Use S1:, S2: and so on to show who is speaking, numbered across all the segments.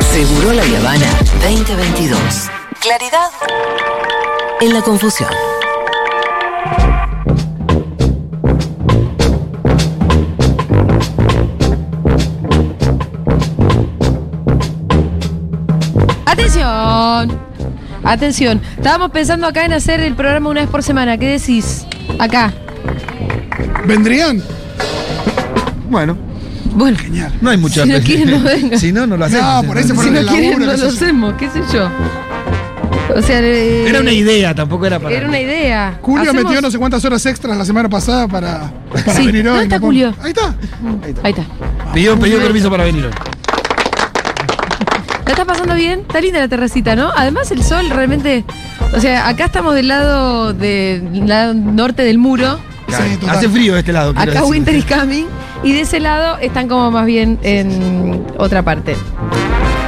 S1: Seguro la Habana 2022. Claridad en la confusión.
S2: Atención. Atención. Estábamos pensando acá en hacer el programa una vez por semana. ¿Qué decís? Acá.
S3: ¿Vendrían?
S4: Bueno,
S2: Bueno.
S3: Genial.
S4: no hay muchas
S2: Si no
S4: veces.
S2: quieren, no vengan.
S4: Si no, no lo hacemos.
S3: por ahí se
S2: Si
S3: fueron
S2: no
S3: el
S2: quieren,
S3: laburo,
S2: no
S3: qué sé
S2: lo
S3: yo.
S2: hacemos, qué sé yo. O sea, eh,
S4: Era una idea, tampoco era para.
S2: Era una idea.
S3: Julio
S2: Hacemos-
S3: metió no sé cuántas horas extras la semana pasada para, para
S2: Sí.
S3: venir hoy.
S2: ¿Dónde está
S3: no puedo-
S2: Julio?
S3: Ahí está.
S2: Ahí está.
S4: Pidió, pidió permiso para venir hoy.
S2: ¿La estás pasando bien? Está linda la terracita, ¿no? Además el sol realmente... O sea, acá estamos del lado, de, del lado norte del muro.
S3: Sí, total.
S4: Hace frío de este lado. quiero
S2: Acá
S4: decir.
S2: Winter is Coming. Y de ese lado están como más bien en otra parte.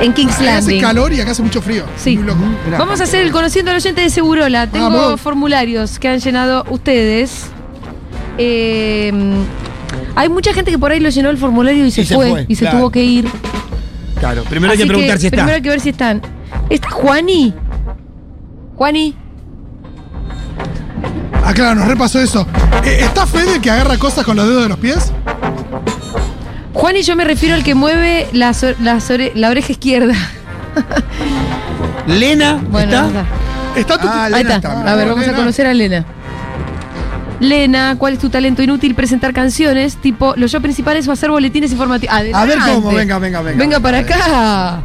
S2: En King's
S3: Ahí hace
S2: Landing.
S3: calor y acá hace mucho frío.
S2: Sí.
S3: Muy loco.
S4: Mirá.
S2: Vamos a hacer el conociendo al oyente de Segurola. Tengo
S3: Vamos.
S2: formularios que han llenado ustedes. Eh, hay mucha gente que por ahí lo llenó el formulario y se,
S4: se
S2: fue,
S4: fue,
S2: y se
S4: claro.
S2: tuvo que ir.
S4: Claro, primero hay
S2: Así
S4: que preguntar si está.
S2: Primero hay que ver si están. ¿Está Juani? Juani.
S3: Ah, claro, nos repasó eso. Eh, ¿Está Fede que agarra cosas con los dedos de los pies?
S2: Juani yo me refiero al que mueve las or- las ore- la oreja izquierda.
S4: Lena,
S2: Bueno,
S4: ¿está?
S2: ya está.
S3: ¿Está tu
S4: Ah,
S3: Ahí
S2: Ahí
S4: Lena
S2: está.
S4: está,
S2: a
S3: mirá,
S2: ver, vamos
S3: Lena.
S2: a conocer a Lena. Lena, ¿cuál es tu talento inútil? Presentar canciones, tipo, lo yo principal es hacer boletines informativos.
S3: A ver cómo, venga, venga, venga.
S2: Venga para acá.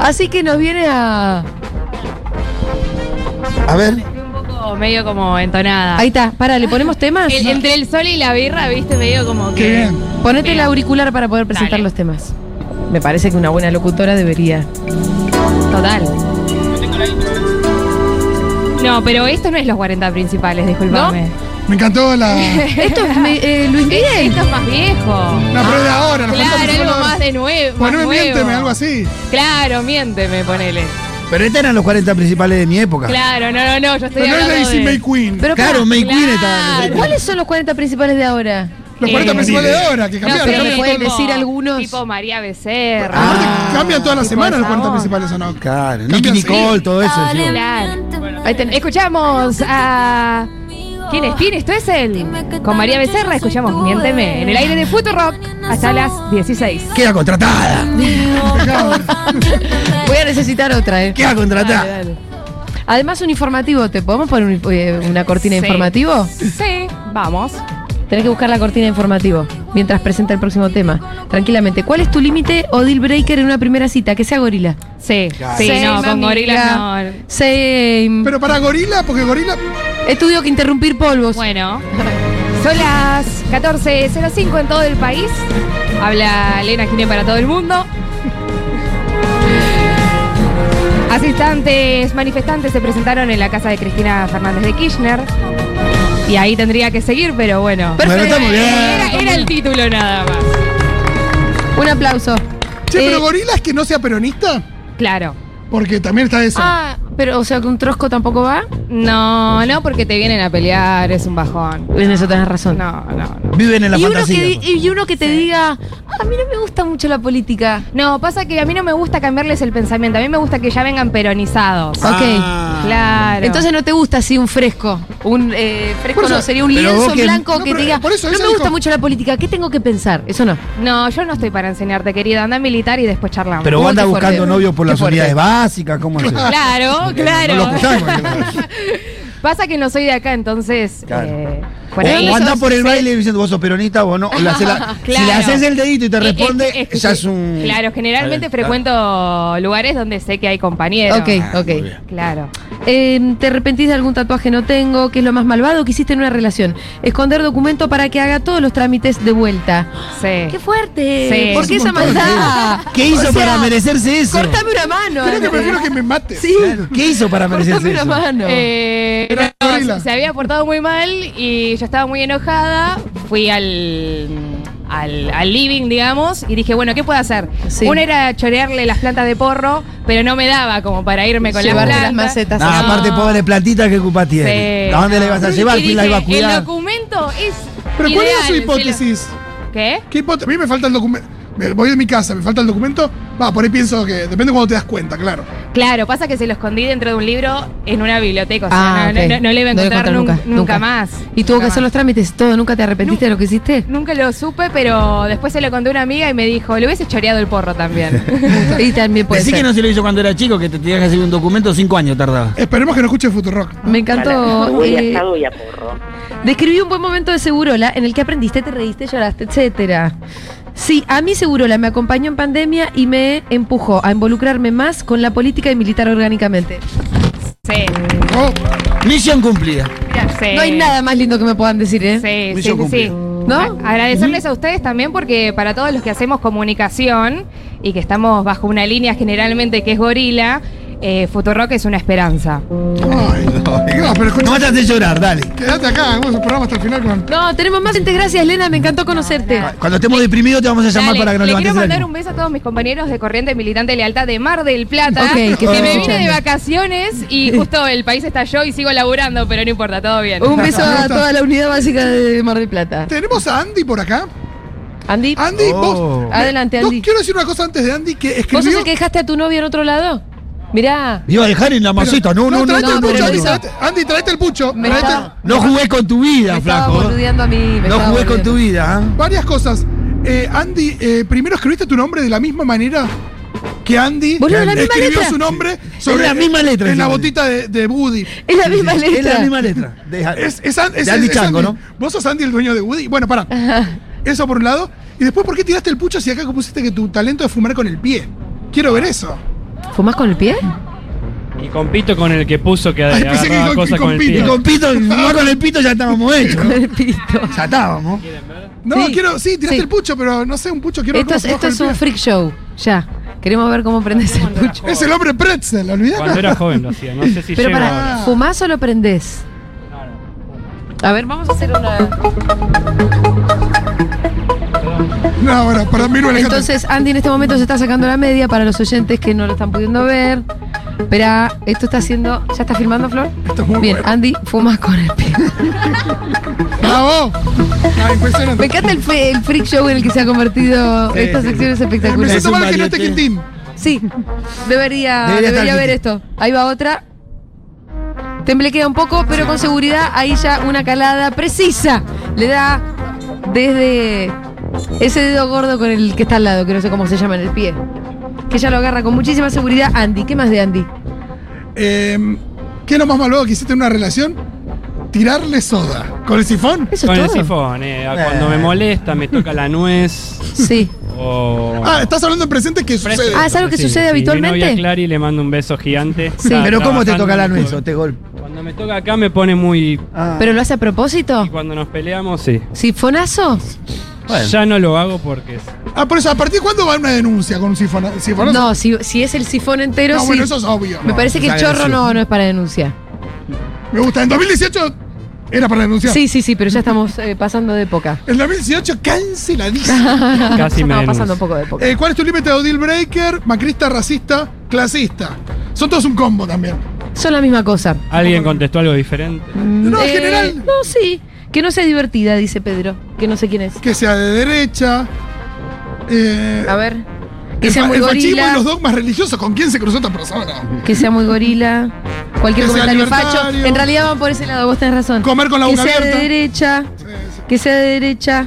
S2: Así que nos viene a...
S4: A ver.
S5: un poco medio como entonada.
S2: Ahí está, para, ¿le ponemos temas?
S5: El- entre el sol y la birra, viste, medio como
S3: Qué
S5: que.
S3: bien.
S2: Ponete el auricular para poder presentar
S5: Dale.
S2: los temas. Me parece que una buena locutora debería.
S5: Total. No, pero esto no es los 40 principales, disculpame.
S3: Me encantó la. No,
S2: Esto es me- eh, Luis Miguel.
S5: Esto es más viejo.
S3: pero de ahora, los
S5: Claro,
S3: fantasmas son
S5: algo
S3: ahora.
S5: más de nuevo.
S3: Poneme miénteme, algo así.
S5: Claro, miénteme, ponele.
S4: Pero estos eran los 40 principales de mi época.
S5: Claro, no, no, no, yo estoy
S3: Pero no es
S5: hablando
S3: Lazy
S5: de-
S3: May Queen.
S2: Pero
S4: Claro,
S2: pará,
S4: May Queen
S5: Claro.
S4: estaba.
S2: ¿cuáles son los 40 principales de ahora?
S3: los
S5: eh,
S3: 40 principales de ahora, que
S5: No,
S3: cambiaron.
S5: pero
S3: cambian,
S2: me pueden
S3: todo-
S2: decir algunos.
S5: Tipo María Becerra.
S3: Aparte,
S4: Ah,
S3: cambian todas las
S5: tipo
S3: semanas los 40
S5: esa onda.
S3: principales o no.
S4: Claro,
S3: Cambian,
S4: Nicky
S3: sí.
S4: Nicole, todo eso. sí.
S5: Claro. Ahí ten- Escuchamos a. ¿Quién es? ¿Quién? Esto es él. Con María Becerra escuchamos Miénteme en el aire de Futurock hasta las 16.
S4: Queda contratada.
S2: Voy a necesitar otra, ¿eh?
S4: Queda contratada.
S2: Dale, dale. Además, un informativo, ¿te podemos poner un- eh, una cortina de
S5: Sí.
S2: informativo?
S5: Sí, vamos.
S2: Tenés que buscar la cortina de informativo mientras presenta el próximo tema. Tranquilamente. ¿Cuál es tu límite o deal breaker en una primera cita? Que sea gorila.
S5: Sí,
S4: Claro.
S5: sí,
S2: Same,
S5: no, con
S2: amiga.
S5: gorilas no.
S2: Same.
S3: Pero para Gorila, porque Gorila.
S2: Estudio que interrumpir polvos.
S5: Bueno, son las 14.05 en todo el país. Habla Elena Gine para todo el mundo. Asistentes, manifestantes se presentaron en la casa de Cristina Fernández de Kirchner. Y ahí tendría que seguir, pero bueno.
S4: Bueno, estamos
S5: Era,
S4: bien.
S5: era el título nada más.
S2: Un aplauso.
S3: Che,
S2: Eh,
S3: pero Gorila es que no sea peronista.
S5: Claro.
S3: Porque también está eso.
S2: Ah, pero o sea que un trosco tampoco va.
S5: No, no porque te vienen a pelear, es un bajón.
S2: En eso tenés razón.
S5: No, no, no.
S4: Viven en la
S2: y, uno que,
S4: fantasía. pues.
S2: di- y uno que te diga, "Ah, a mí no me gusta mucho la política.
S5: No, pasa que a mí no me gusta cambiarles el pensamiento, a mí me gusta que ya vengan peronizados.
S4: Ah.
S5: Claro.
S2: Entonces no te gusta así un fresco. Un eh, fresco
S3: Por eso-
S2: no, sería un
S4: pero
S2: lienzo
S4: vos que-
S2: blanco
S3: no,
S2: que
S3: pero,
S2: te diga,
S3: por eso
S2: no
S3: ella
S2: me gusta
S3: dijo-
S2: mucho la política, ¿qué tengo que pensar? Eso no.
S5: No, yo no estoy para enseñarte, querida. Anda a militar y después charlamos.
S4: Pero
S2: Uy,
S4: vos andás
S2: qué fuerte.
S4: buscando novio por
S2: Qué
S4: las
S2: fuerte.
S4: unidades básicas, ¿cómo haces?
S5: Claro, claro.
S4: No lo escuchás,
S5: Pasa que no soy de acá, entonces.
S4: Claro.
S5: eh, por ahí-
S4: O andás por el baile diciendo vos sos peronista o no. o le hacés la- Si
S5: Claro.
S4: le haces el dedito y te
S5: Eh,
S4: responde,
S5: eh, que-
S4: ya es un.
S5: Claro, generalmente
S4: Está bien,
S5: frecuento lugares donde sé que hay compañeros.
S2: Ok,
S4: Ah,
S2: ok.
S4: muy bien.
S5: Claro.
S2: Eh, ¿Te arrepentís de algún tatuaje no tengo? ¿Qué es lo más malvado que hiciste en una relación? Esconder documento para que haga todos los trámites de vuelta.
S5: Sí.
S2: ¡Qué fuerte!
S5: Sí.
S2: ¿Por qué
S3: Es un
S2: esa
S3: montón.
S2: maldad?
S4: ¿Qué hizo
S2: O sea,
S4: para merecerse eso?
S2: Cortame una mano.
S3: Creo que
S2: Andrés.
S3: prefiero que me mate.
S2: Sí,
S4: Claro, ¿Qué hizo para merecerse
S2: cortame una
S4: eso?
S2: mano.
S5: Eh,
S3: Pero
S5: no,
S3: gorila.
S5: se- se había portado muy mal y yo estaba muy enojada. Fui al, al, al living, digamos, y dije, bueno, ¿qué puedo hacer?
S2: Sí.
S5: Una era chorearle las plantas de porro, pero no me daba como para irme con
S2: Llevarte
S5: las
S2: las
S5: plantas.
S2: macetas.
S4: Ah,
S5: No.
S4: aparte, pobre plantita que culpa tiene.
S5: Sí,
S4: ¿A dónde la ibas a
S5: no.
S4: llevar?
S5: Y
S4: ¿Quién la
S5: dije,
S4: iba a
S5: El
S4: cuidar?
S5: documento es
S3: Pero ¿cuál
S5: ideal,
S3: es su
S5: se lo-
S3: hipótesis?
S5: ¿Qué?
S3: ¿Qué hipótesis? A mí me falta el documento. Voy de mi casa, me falta el documento. Va, por ahí pienso que depende de cuando te das cuenta, claro.
S5: Claro, pasa que se lo escondí dentro de un libro en una biblioteca. O sea,
S2: Ah,
S5: no,
S2: ok.
S5: no- no le iba a
S2: No le
S5: encontrar
S2: encontró
S5: nun-
S2: nunca,
S5: nunca,
S2: nunca.
S5: más.
S2: Y tuvo que
S5: Nunca
S2: hacer los
S5: más.
S2: trámites, todo, ¿nunca te arrepentiste de lo que hiciste?
S5: Nunca lo supe, pero después se lo conté a una amiga y me dijo, le hubiese choreado el porro también.
S2: y también puede
S4: Decí
S2: ser.
S4: que no se lo hizo cuando era chico, que te tenías que hacer un documento, cinco años tardaba.
S3: Esperemos que no escuche Futurock.
S2: Me encantó.
S6: Voy
S2: eh,
S6: a asado y a porro.
S2: describí un buen momento de Segurola en el que aprendiste, te reíste, lloraste, etcétera. Sí, a mí Segurola me acompañó en pandemia y me empujó a involucrarme más con la política y militar orgánicamente.
S5: sí,
S3: Oh,
S4: Misión cumplida.
S5: sí.
S2: No hay nada más lindo que me puedan decir, ¿eh?
S5: Eh, Sí, sí,
S4: Misión
S5: sí, sí.
S2: ¿No?
S5: A- Agradecerles a ustedes también porque para todos los que hacemos comunicación y que estamos bajo una línea generalmente que es gorila, eh, Futurock es una esperanza.
S3: ay, no, pero
S4: No
S3: escucha,
S4: me de llorar, dale.
S3: quédate acá, vamos el programa hasta el final con.
S2: No, tenemos más gente. Gracias, Elena. Me encantó conocerte.
S4: Cuando estemos deprimidos te vamos a llamar
S5: Dale,
S4: para que nos
S5: le quiero
S4: levantes el
S5: mandar un
S4: ánimo.
S5: beso a todos mis compañeros de Corriente Militante Lealtad de Mar del Plata,
S2: Ok, que
S5: que,
S2: están
S5: me
S2: escuchando.
S5: vine de vacaciones y justo el país estalló y sigo laburando, pero no importa, todo bien.
S2: Un beso
S3: Me
S2: a
S3: gusta.
S2: toda la unidad básica de Mar del Plata.
S3: Tenemos a Andy por acá.
S2: Andy,
S3: Andy,
S4: Oh.
S3: vos.
S2: Adelante,
S3: No,
S2: Andy.
S3: quiero decir una cosa antes de Andy que
S2: ¿vos sos
S3: escribió.
S2: el que dejaste a tu novio en otro lado? Mirá.
S4: Iba a dejar en la maceta, no, no, no,
S3: traete
S4: no,
S3: el
S4: no,
S2: pero
S3: pucho,
S4: no,
S3: Andy,
S2: hizo-
S4: no.
S3: traete- Andy, traete el pucho.
S2: Me
S3: traete-
S2: estaba-
S4: No jugué con tu vida,
S2: Me estaba
S4: flaco.
S2: boludeando a mí. me
S4: No
S2: estaba
S4: jugué con
S2: boludeando.
S4: tu vida, ¿ah?
S3: Varias cosas. Eh, Andy, eh, primero escribiste tu nombre de la misma manera que Andy
S2: Boludo, la misma
S3: escribió
S2: letra.
S3: su nombre
S4: Es la misma letra,
S3: en la
S4: encima.
S3: botita de, de Woody.
S2: Es la misma letra.
S4: Es la misma letra. Deja-
S3: Es, es An- es-
S4: de Andy
S3: es
S4: Chango, ¿no?
S3: Vos sos Andy el dueño de Woody. Bueno, pará. Eso por un lado. Y después, ¿por qué tiraste el pucho si acá pusiste que tu talento es fumar con el pie? Quiero ver eso.
S2: ¿Fumás con el pie?
S7: Y compito con el que puso que
S3: Ay, pensé que
S7: agarraba
S3: con-
S7: cosas
S3: que
S7: con el
S3: compito,
S7: pie.
S4: Y con Pito, no con el Pito ya estábamos hechos.
S2: Con el pito.
S4: Ya estábamos.
S3: No,
S2: Sí.
S3: quiero. Sí, tiraste
S2: Sí.
S3: el pucho, pero no sé, un pucho quiero ver
S2: Esto, es,
S3: cómo
S2: esto
S3: fumás
S2: es
S3: con
S2: un
S3: el pie.
S2: freak show. Ya. Queremos ver cómo prendés el pucho.
S3: Es el hombre pretzel, ¿olvidás?
S7: Cuando era joven lo hacía, no sé si
S2: Pero
S7: llega
S2: para,
S7: ahora.
S2: ¿fumás o lo prendés? A ver, vamos a hacer una.
S3: No, bueno, perdón, miro Alejandro.
S2: Entonces, Andy en este momento se está sacando la media para los oyentes que no lo están pudiendo ver. Espera, esto está haciendo. ¿Ya está filmando, Flor?
S3: Esto es muy
S2: Bien,
S3: bueno.
S2: Andy fuma con el pie.
S3: ¡Bravo! Ah,
S2: Me
S3: impresionante.
S2: encanta el, fe- el freak show en el que se ha convertido
S4: Sí,
S2: esta
S4: sí,
S2: sección, es
S3: Me
S2: espectacular.
S4: Es
S3: siento
S4: un
S3: mal que no esté
S4: variete.
S3: Quintín.
S2: Sí, debería,
S4: Debería
S2: debería,
S4: estar
S2: ver
S4: listo.
S2: esto. Ahí va otra. Temblequea un poco, pero con seguridad ahí ya una calada precisa. Le da desde ese dedo gordo con el que está al lado, que no sé cómo se llama en el pie. Que ya lo agarra con muchísima seguridad Andy. ¿Qué más de Andy?
S3: Eh, ¿Qué es lo más malvado que hiciste en una relación? Tirarle soda. ¿Con el sifón?
S2: Eso
S7: Con
S2: es
S7: el
S2: todo.
S7: sifón, eh, a cuando me molesta, me toca la nuez
S2: Sí.
S7: o...
S3: Ah, estás hablando en presente que sucede.
S2: Ah, ¿es algo que sucede habitualmente?
S7: Mi novia Clary le mando un beso gigante.
S2: Sí.
S7: Está
S4: Pero ¿cómo te
S7: trabajando
S4: toca la
S7: mucho.
S4: nuez o te golpe?
S7: Cuando me toca acá me pone muy...
S2: ¿Pero lo hace a propósito?
S7: Y cuando nos peleamos, sí.
S2: ¿Sifonazo?
S4: Bueno.
S7: Ya no lo hago porque...
S3: Ah, por eso, ¿a partir de cuándo va una denuncia con un sifón? sifonazo?
S2: No, si, si es el sifón entero,
S3: No,
S2: sí.
S3: bueno, eso es obvio.
S2: Me parece que el
S4: Esa
S2: chorro no, no es para denunciar.
S3: Me gusta. En 2018 era para denunciar.
S2: Sí, sí, sí, pero ya estamos eh, pasando de época.
S3: En 2018 canceladísimo.
S2: Estamos
S7: Casi me denuncia.
S2: pasando un poco de época.
S3: Eh, ¿Cuál es tu límite de deal breaker? Macrista, racista, clasista. Son todos un combo también.
S2: Son la misma cosa.
S7: Alguien contestó algo diferente.
S3: No, en
S2: Eh,
S3: general.
S2: No, sí. Que no sea divertida, dice Pedro. Que no sé quién es.
S3: Que sea de derecha. Eh,
S2: A ver. Que
S3: el,
S2: sea
S3: fa-
S2: muy
S3: el fascismo y
S2: gorila.
S3: los dogmas religiosos. ¿Con quién se cruzó esta persona?
S2: Que sea muy gorila. Cualquier
S3: Que sea
S2: comentario
S3: libertario.
S2: facho. En realidad van por ese lado, vos tenés razón.
S3: Comer con la
S2: que
S3: boca
S2: sea de
S3: abierta.
S2: derecha.
S3: Sí, sí.
S2: Que sea de derecha.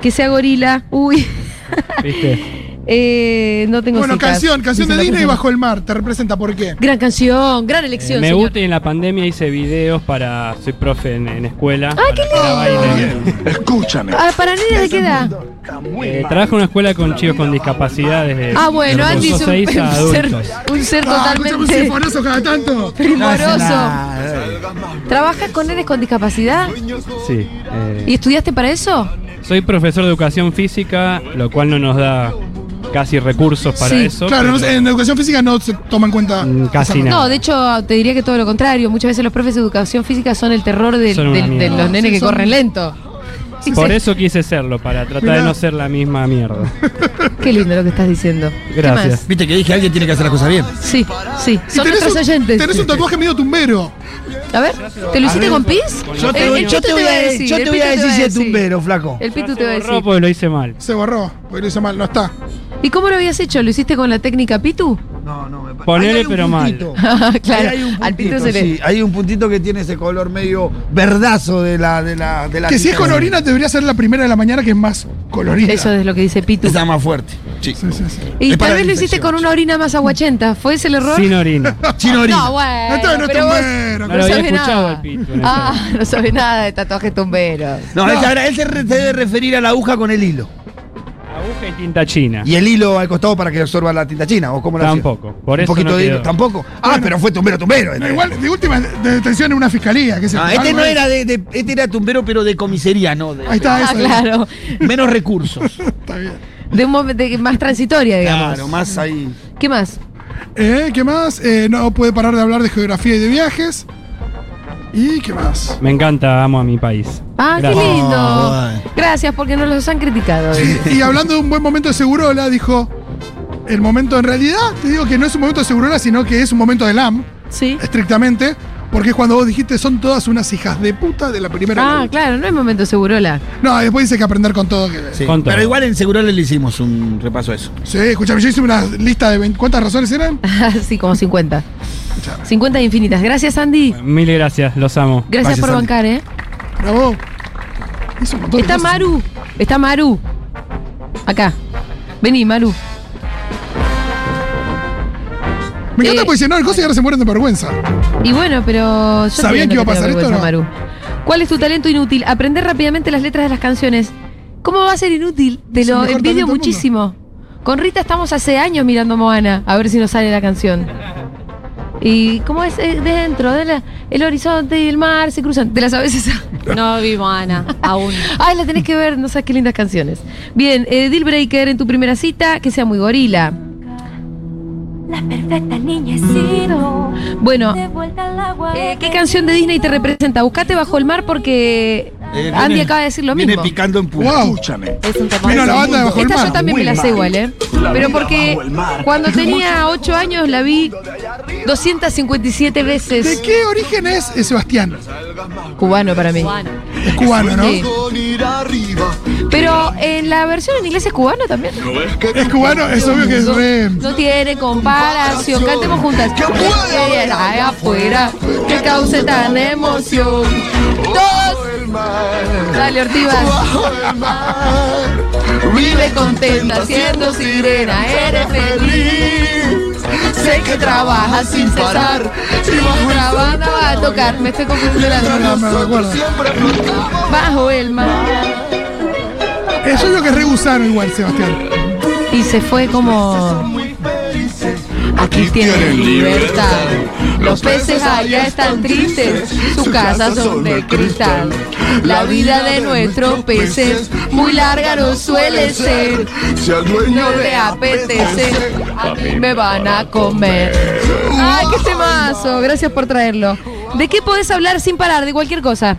S2: Que sea gorila. Uy.
S7: ¿Viste?
S2: Eh, no tengo
S3: Bueno,
S2: citas,
S3: canción, canción
S2: dice
S3: de
S2: la
S3: Disney
S2: persona.
S3: Bajo el Mar, te representa por qué.
S2: Gran canción, gran
S7: Eh,
S2: elección.
S7: me
S2: señor.
S7: gusta y en la pandemia hice videos para... Soy profe en, en escuela.
S2: ¡Ah, qué
S7: para que haga baile.
S6: Escúchame.
S2: Ah, ¿Para niñas de qué edad?
S7: Eh, trabajo en una escuela con chicos con eh, discapacidad desde
S2: Ah, bueno,
S7: de
S2: Andy es
S7: los
S2: un,
S7: 6 a
S2: un ser,
S7: adultos.
S2: un ser
S3: Ah, escuchame un
S2: totalmente
S3: sinfonazo cada tanto.
S2: primoroso.
S4: Nah,
S2: ¿Trabajas con nenes con discapacidad?
S7: Sí. eh,
S2: ¿Y estudiaste para eso?
S7: soy profesor de educación física, lo cual no nos da casi recursos para
S2: Sí,
S7: eso.
S3: Claro, no
S7: pero,
S3: sé, en educación física no se toma en
S4: eh,
S3: cuenta.
S7: mm, Casi
S2: No,
S7: nada.
S2: de hecho, te diría que todo lo contrario. Muchas veces los profes de educación física son el terror del-
S7: Son una
S2: del- de,
S7: mierda.
S2: los nenes
S3: Sí,
S2: que
S3: son-
S2: corren lento.
S7: Por eso quise serlo, para tratar
S3: Mirá.
S7: de no ser la misma mierda.
S2: Qué lindo lo que estás diciendo. ¿Qué más?
S7: Gracias.
S4: Viste que dije, alguien tiene que hacer las cosas bien.
S2: Sí, sí.
S3: Y
S2: Son nuestros
S3: un,
S2: oyentes.
S3: tenés un tatuaje medio tumbero.
S2: A ver, ¿te lo hiciste
S4: ver.
S2: con pis?
S7: Yo te
S2: El-
S7: voy-
S2: el
S7: yo
S2: Pitu
S4: te voy a- yo
S2: el
S4: te voy
S2: Pitu
S4: a decir si es tumbero, flaco.
S2: El Pitu
S7: Ya
S2: te
S7: se
S2: va a
S7: borró
S2: decir.
S7: porque lo hice mal.
S3: Se borró, porque lo hizo mal, no está.
S2: ¿Y cómo lo habías hecho? ¿Lo hiciste con la técnica Pitu?
S6: No, no, me parece.
S7: Ponele,
S6: Ahí hay un
S7: pero mal.
S6: puntito. Ahí
S2: claro,
S6: hay un
S2: al Pitu
S6: puntito,
S2: se le...
S6: sí, hay un puntito que tiene ese color medio verdazo de la de la de la
S3: Que si es
S6: tijera.
S3: con orina debería ser la primera de la mañana que es más colorida.
S2: Eso es lo que dice Pitu.
S4: Está más fuerte. Sí.
S3: Sí, sí, sí.
S2: Y
S4: Es
S2: tal
S4: para la
S2: vez lo hiciste
S4: infección,
S2: con una orina más aguachenta. ¿Fue ese el error?
S7: Sin orina.
S4: Sin orina.
S2: Mm. No, bueno.
S3: Entonces no
S2: pero
S3: te
S2: vos
S3: muero,
S7: No lo había
S2: sabés
S7: escuchado
S2: nada.
S7: al Pitu en esa
S2: Ah, no sabes nada de tatuajes tumberos.
S4: No, Él, se, habrá- él se re- se debe referir a la aguja con el hilo.
S7: Aguja y tinta china.
S4: Y el hilo al costado para que absorba la tinta china. ¿O cómo lo hacía?
S7: Tampoco. Por
S4: Un
S7: eso
S4: poquito
S7: no
S4: de
S7: quedó.
S4: hilo. Tampoco. Ah, pero fue tumbero, tumbero.
S3: No,
S4: este.
S3: igual, de última de- detención en una fiscalía. Que se-
S4: Ah, este
S3: algo
S4: no
S3: es.
S4: era de, de- este era tumbero, pero de comisaría, no. de-
S3: Ahí está,
S2: Ah,
S3: eso.
S2: claro.
S4: Menos recursos.
S3: Está bien.
S2: De, un momen- de- más transitoria, digamos.
S4: claro, más ahí.
S2: ¿Qué más?
S3: Eh, ¿Qué más? Eh, no puede parar de hablar de geografía y de viajes. ¿Y qué más?
S7: Me encanta, amo a mi país.
S2: Ah,
S7: Gracias.
S2: qué lindo.
S4: Ah, bueno.
S2: Gracias porque nos los han criticado. hoy.
S3: Y hablando de un buen momento de Segurola, dijo: El momento en realidad, te digo que no es un momento de Segurola, sino que es un momento de LAM,
S2: Sí.
S3: estrictamente, porque es cuando vos dijiste: Son todas unas hijas de puta de la primera.
S2: Ah,
S3: ley".
S2: claro, no hay momento segurola.
S3: No, y después dice que aprender con todo. Que...
S4: Sí.
S7: Con todo.
S4: Pero igual en Segurole le hicimos un repaso a eso.
S3: Sí, escúchame, yo hice una lista de 20 ¿Cuántas razones eran?
S2: sí, como 50. 50 infinitas. Gracias, Andy.
S7: Mil gracias, los amo.
S2: Gracias
S4: Gracias,
S2: por
S4: Andy.
S2: bancar, ¿eh?
S3: Bravo. Hizo un montón de
S2: Está
S3: cosas.
S2: Maru. Está Maru. Acá. Vení, Maru.
S3: Me encanta
S2: Eh,
S3: porque si no, el cosa y ahora se mueren de vergüenza.
S2: Y bueno, pero. Yo
S3: ¿Sabían
S2: entiendo
S3: que iba a
S2: te da
S3: pasar esto o
S2: vergüenza, Maru. ¿Cuál es tu talento inútil? Aprender rápidamente las letras de las canciones. ¿Cómo va a ser inútil? Te
S3: Es el
S2: lo
S3: mejor
S2: envidio
S3: talento del
S2: muchísimo. Con Rita estamos hace años mirando Moana, a ver si nos sale la canción. ¿Y cómo es eh, dentro? De la- el horizonte y el mar se cruzan. ¿Te las sabes esa?
S8: No vi Moana, aún.
S2: Ay, la tenés que ver, no sabes qué lindas canciones. Bien, eh, Deal Breaker en tu primera cita, que sea muy gorila.
S9: La perfecta niña he sido.
S2: Bueno,
S9: De vuelta al agua.
S2: eh, ¿qué canción de Disney te representa? Buscate bajo el mar porque
S4: Eh,
S2: Andy
S4: viene-
S2: acaba de decir lo
S4: viene
S2: mismo.
S4: picando en punta.
S3: Wow.
S4: Escúchame.
S8: Es un temor.
S3: Vino la banda de bajo el
S2: Esta yo
S3: mar.
S2: también me la sé igual, ¿eh? Pero porque cuando tenía 8 años la vi 257
S3: ¿De
S2: veces.
S3: qué origen es eh, Sebastián?
S2: Cubano para mí.
S3: Es cubano, ¿no?
S2: Sí. Pero en la versión en inglés es cubano también.
S3: Es cubano, es obvio que es re.
S2: No tiene comparación. Cantemos juntas. Que pueda ahí afuera que cause tan emoción. Dos. Dale, Ortiva. Vive contenta siendo sirena. Eres feliz. Sé que trabajas sin cesar. Si otra banda va a tocar. Me estoy confundiendo la
S3: No
S2: droga.
S3: me acuerdo.
S2: Bajo el mar.
S3: Es obvio que es re gusano igual, Sebastián.
S2: Y se fue como. Aquí tienen libertad. Los peces allá están tristes, sus casas son de cristal. La vida de nuestros peces muy larga no suele ser. No le apetece, a mí me van a comer. ¡Ay, qué temazo! Gracias por traerlo. ¿De qué podés hablar sin parar? De cualquier cosa.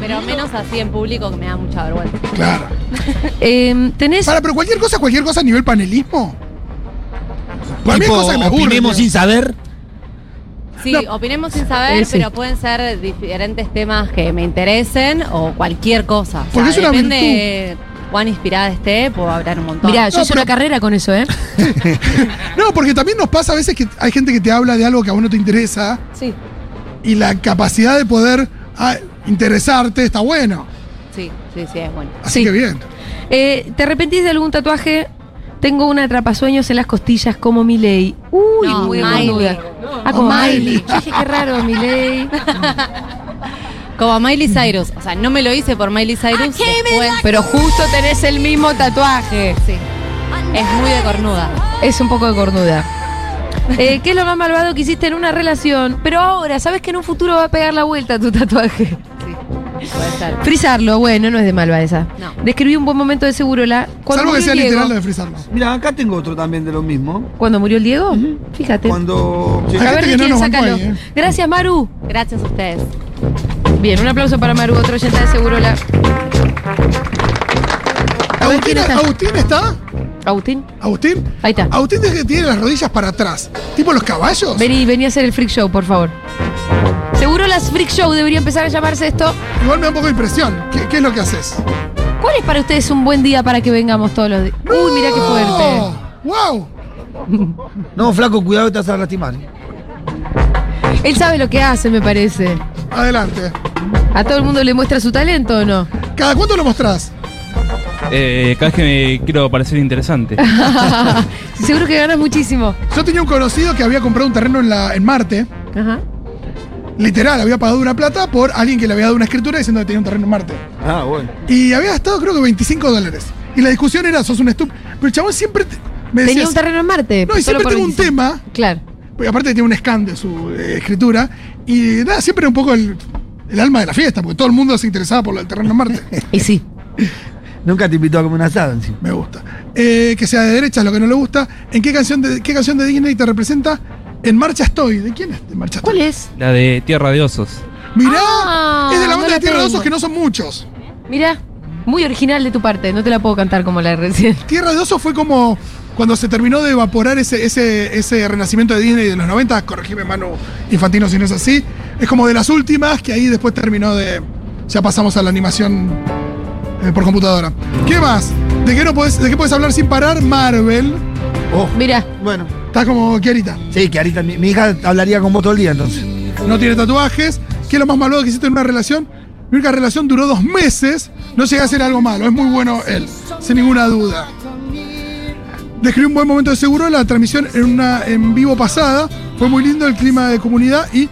S8: Pero menos así en público que me da mucha vergüenza.
S3: Claro.
S2: Eh, ¿Tenés
S3: Para, pero cualquier cosa, cualquier cosa a nivel panelismo. Para mí es
S4: Tipo,
S3: cosa que me ¿eh? aburre,
S4: opinemos
S3: tío.
S4: sin saber.
S8: Sí, opinemos sin saber,
S2: Eh, sí.
S8: pero pueden ser diferentes temas que me interesen o cualquier cosa. O sea,
S3: Porque es una
S8: depende de cuán inspirada esté, puedo hablar un montón.
S2: Mirá, yo
S3: No,
S2: hice una carrera con eso, ¿eh?
S3: No, porque también nos pasa a veces que hay gente que te habla de algo que a vos no te interesa
S2: Sí.
S3: y la capacidad de poder ah, interesarte está bueno.
S8: Sí, sí, sí, es bueno.
S3: Así
S2: Sí.
S3: que bien.
S2: Eh, ¿Te arrepentís de algún tatuaje? Tengo una atrapasueños en las costillas como Miley. Uy,
S8: No,
S2: muy
S8: Miley.
S2: duda. Ah, como
S3: Miley.
S2: Miley. Yo dije, qué raro, Miley.
S8: Como a Miley Cyrus. O sea, no me lo hice por Miley
S2: Ah,
S8: Cyrus. Después,
S2: Pero justo tenés el mismo tatuaje.
S8: sí. Es muy de cornuda.
S2: Es un poco de cornuda. Eh, ¿Qué es lo más malvado que hiciste en una relación? Pero ahora, sabes que en un futuro va a pegar la vuelta tu tatuaje.
S8: Puede ser.
S2: Frisarlo, bueno, no es de malva esa.
S8: No.
S2: Describí un buen momento de Segurola. Cuando
S3: Salvo que
S2: murió
S3: sea
S2: Diego.
S3: literal lo de frizarlo.
S6: Mira, acá tengo otro también de lo mismo.
S2: ¿Cuando murió el Diego? Fíjate.
S6: Cuando
S3: Hay
S2: A ver,
S3: gente
S2: de
S3: que no
S2: quién,
S3: nos bancó
S2: sácalo.
S3: ahí, ¿eh?
S2: Gracias, Maru.
S8: Gracias a ustedes.
S2: Bien, un aplauso para Maru, otro oyente de Segurola. A ver,
S3: Agustín,
S2: ¿quién está?
S3: ¿Agustín está?
S2: Agustín,
S3: ¿Agustín?
S2: ahí está.
S3: Agustín es que tiene las rodillas para atrás. ¿Tipo los caballos?
S2: Vení, vení a hacer el freak show, por favor. Seguro las freak show debería empezar a llamarse esto.
S3: Igual me da un poco de impresión. ¿Qué, qué es lo que haces?
S2: ¿Cuál es para ustedes un buen día para que vengamos todos los días? Uy, mira qué fuerte.
S3: ¡Wow!
S6: No, flaco, cuidado que te vas a lastimar. ¿eh?
S2: Él sabe lo que hace, me parece.
S3: Adelante.
S2: ¿A todo el mundo le muestra su talento o no?
S3: ¿Cada cuánto lo mostrás?
S10: Eh, cada vez que me quiero parecer interesante.
S2: Seguro que ganas muchísimo.
S3: Yo tenía un conocido que había comprado un terreno en, la, en Marte.
S2: Ajá.
S3: Literal, había pagado una plata por alguien que le había dado una escritura diciendo que tenía un terreno en Marte.
S4: Ah, bueno.
S3: Y había gastado creo que 25 dólares. Y la discusión era, sos un estúpido. Pero el chabón siempre te- me decía...
S2: Tenía un terreno en Marte.
S3: No, y
S2: solo
S3: siempre
S2: por
S3: tengo un
S2: 25.
S3: tema.
S2: Claro.
S3: Porque aparte tiene un scan de su eh, escritura. Y nada, siempre era un poco el, el alma de la fiesta, porque todo el mundo se interesaba por el terreno en Marte.
S2: Y sí.
S6: Nunca te invitó a comer un asado encima.
S3: Me gusta. Eh, que sea de derecha, lo que no le gusta. ¿En qué canción de, qué canción de Disney te representa? En marcha estoy. ¿De quién es? En marcha estoy.
S2: ¿Cuál es?
S10: La de Tierra de Osos.
S3: Mirá,
S2: Ah,
S3: es de la
S2: no
S3: banda
S2: la
S3: de Tierra de
S2: tengo.
S3: Osos que no son muchos.
S2: Mira, muy original de tu parte. No te la puedo cantar como la de recién.
S3: Tierra de Osos fue como cuando se terminó de evaporar ese, ese, ese renacimiento de Disney de los 90, corregime Manu Infantino si no es así, es como de las últimas que ahí después terminó de... Ya pasamos a la animación eh, por computadora. ¿Qué más? ¿De qué, no podés, ¿De qué podés hablar sin parar? Marvel.
S6: Oh,
S2: Mira,
S6: bueno.
S3: Estás como Kiarita.
S6: Sí, que ahorita mi, mi hija hablaría con vos todo el día entonces.
S3: No tiene tatuajes. ¿Qué es lo más malvado que hiciste en una relación? Mi única relación duró dos meses. No llegué a hacer algo malo. Es muy bueno él, sin ninguna duda. Describí un buen momento de seguro la transmisión en, una, en vivo pasada. Fue muy lindo el clima de comunidad y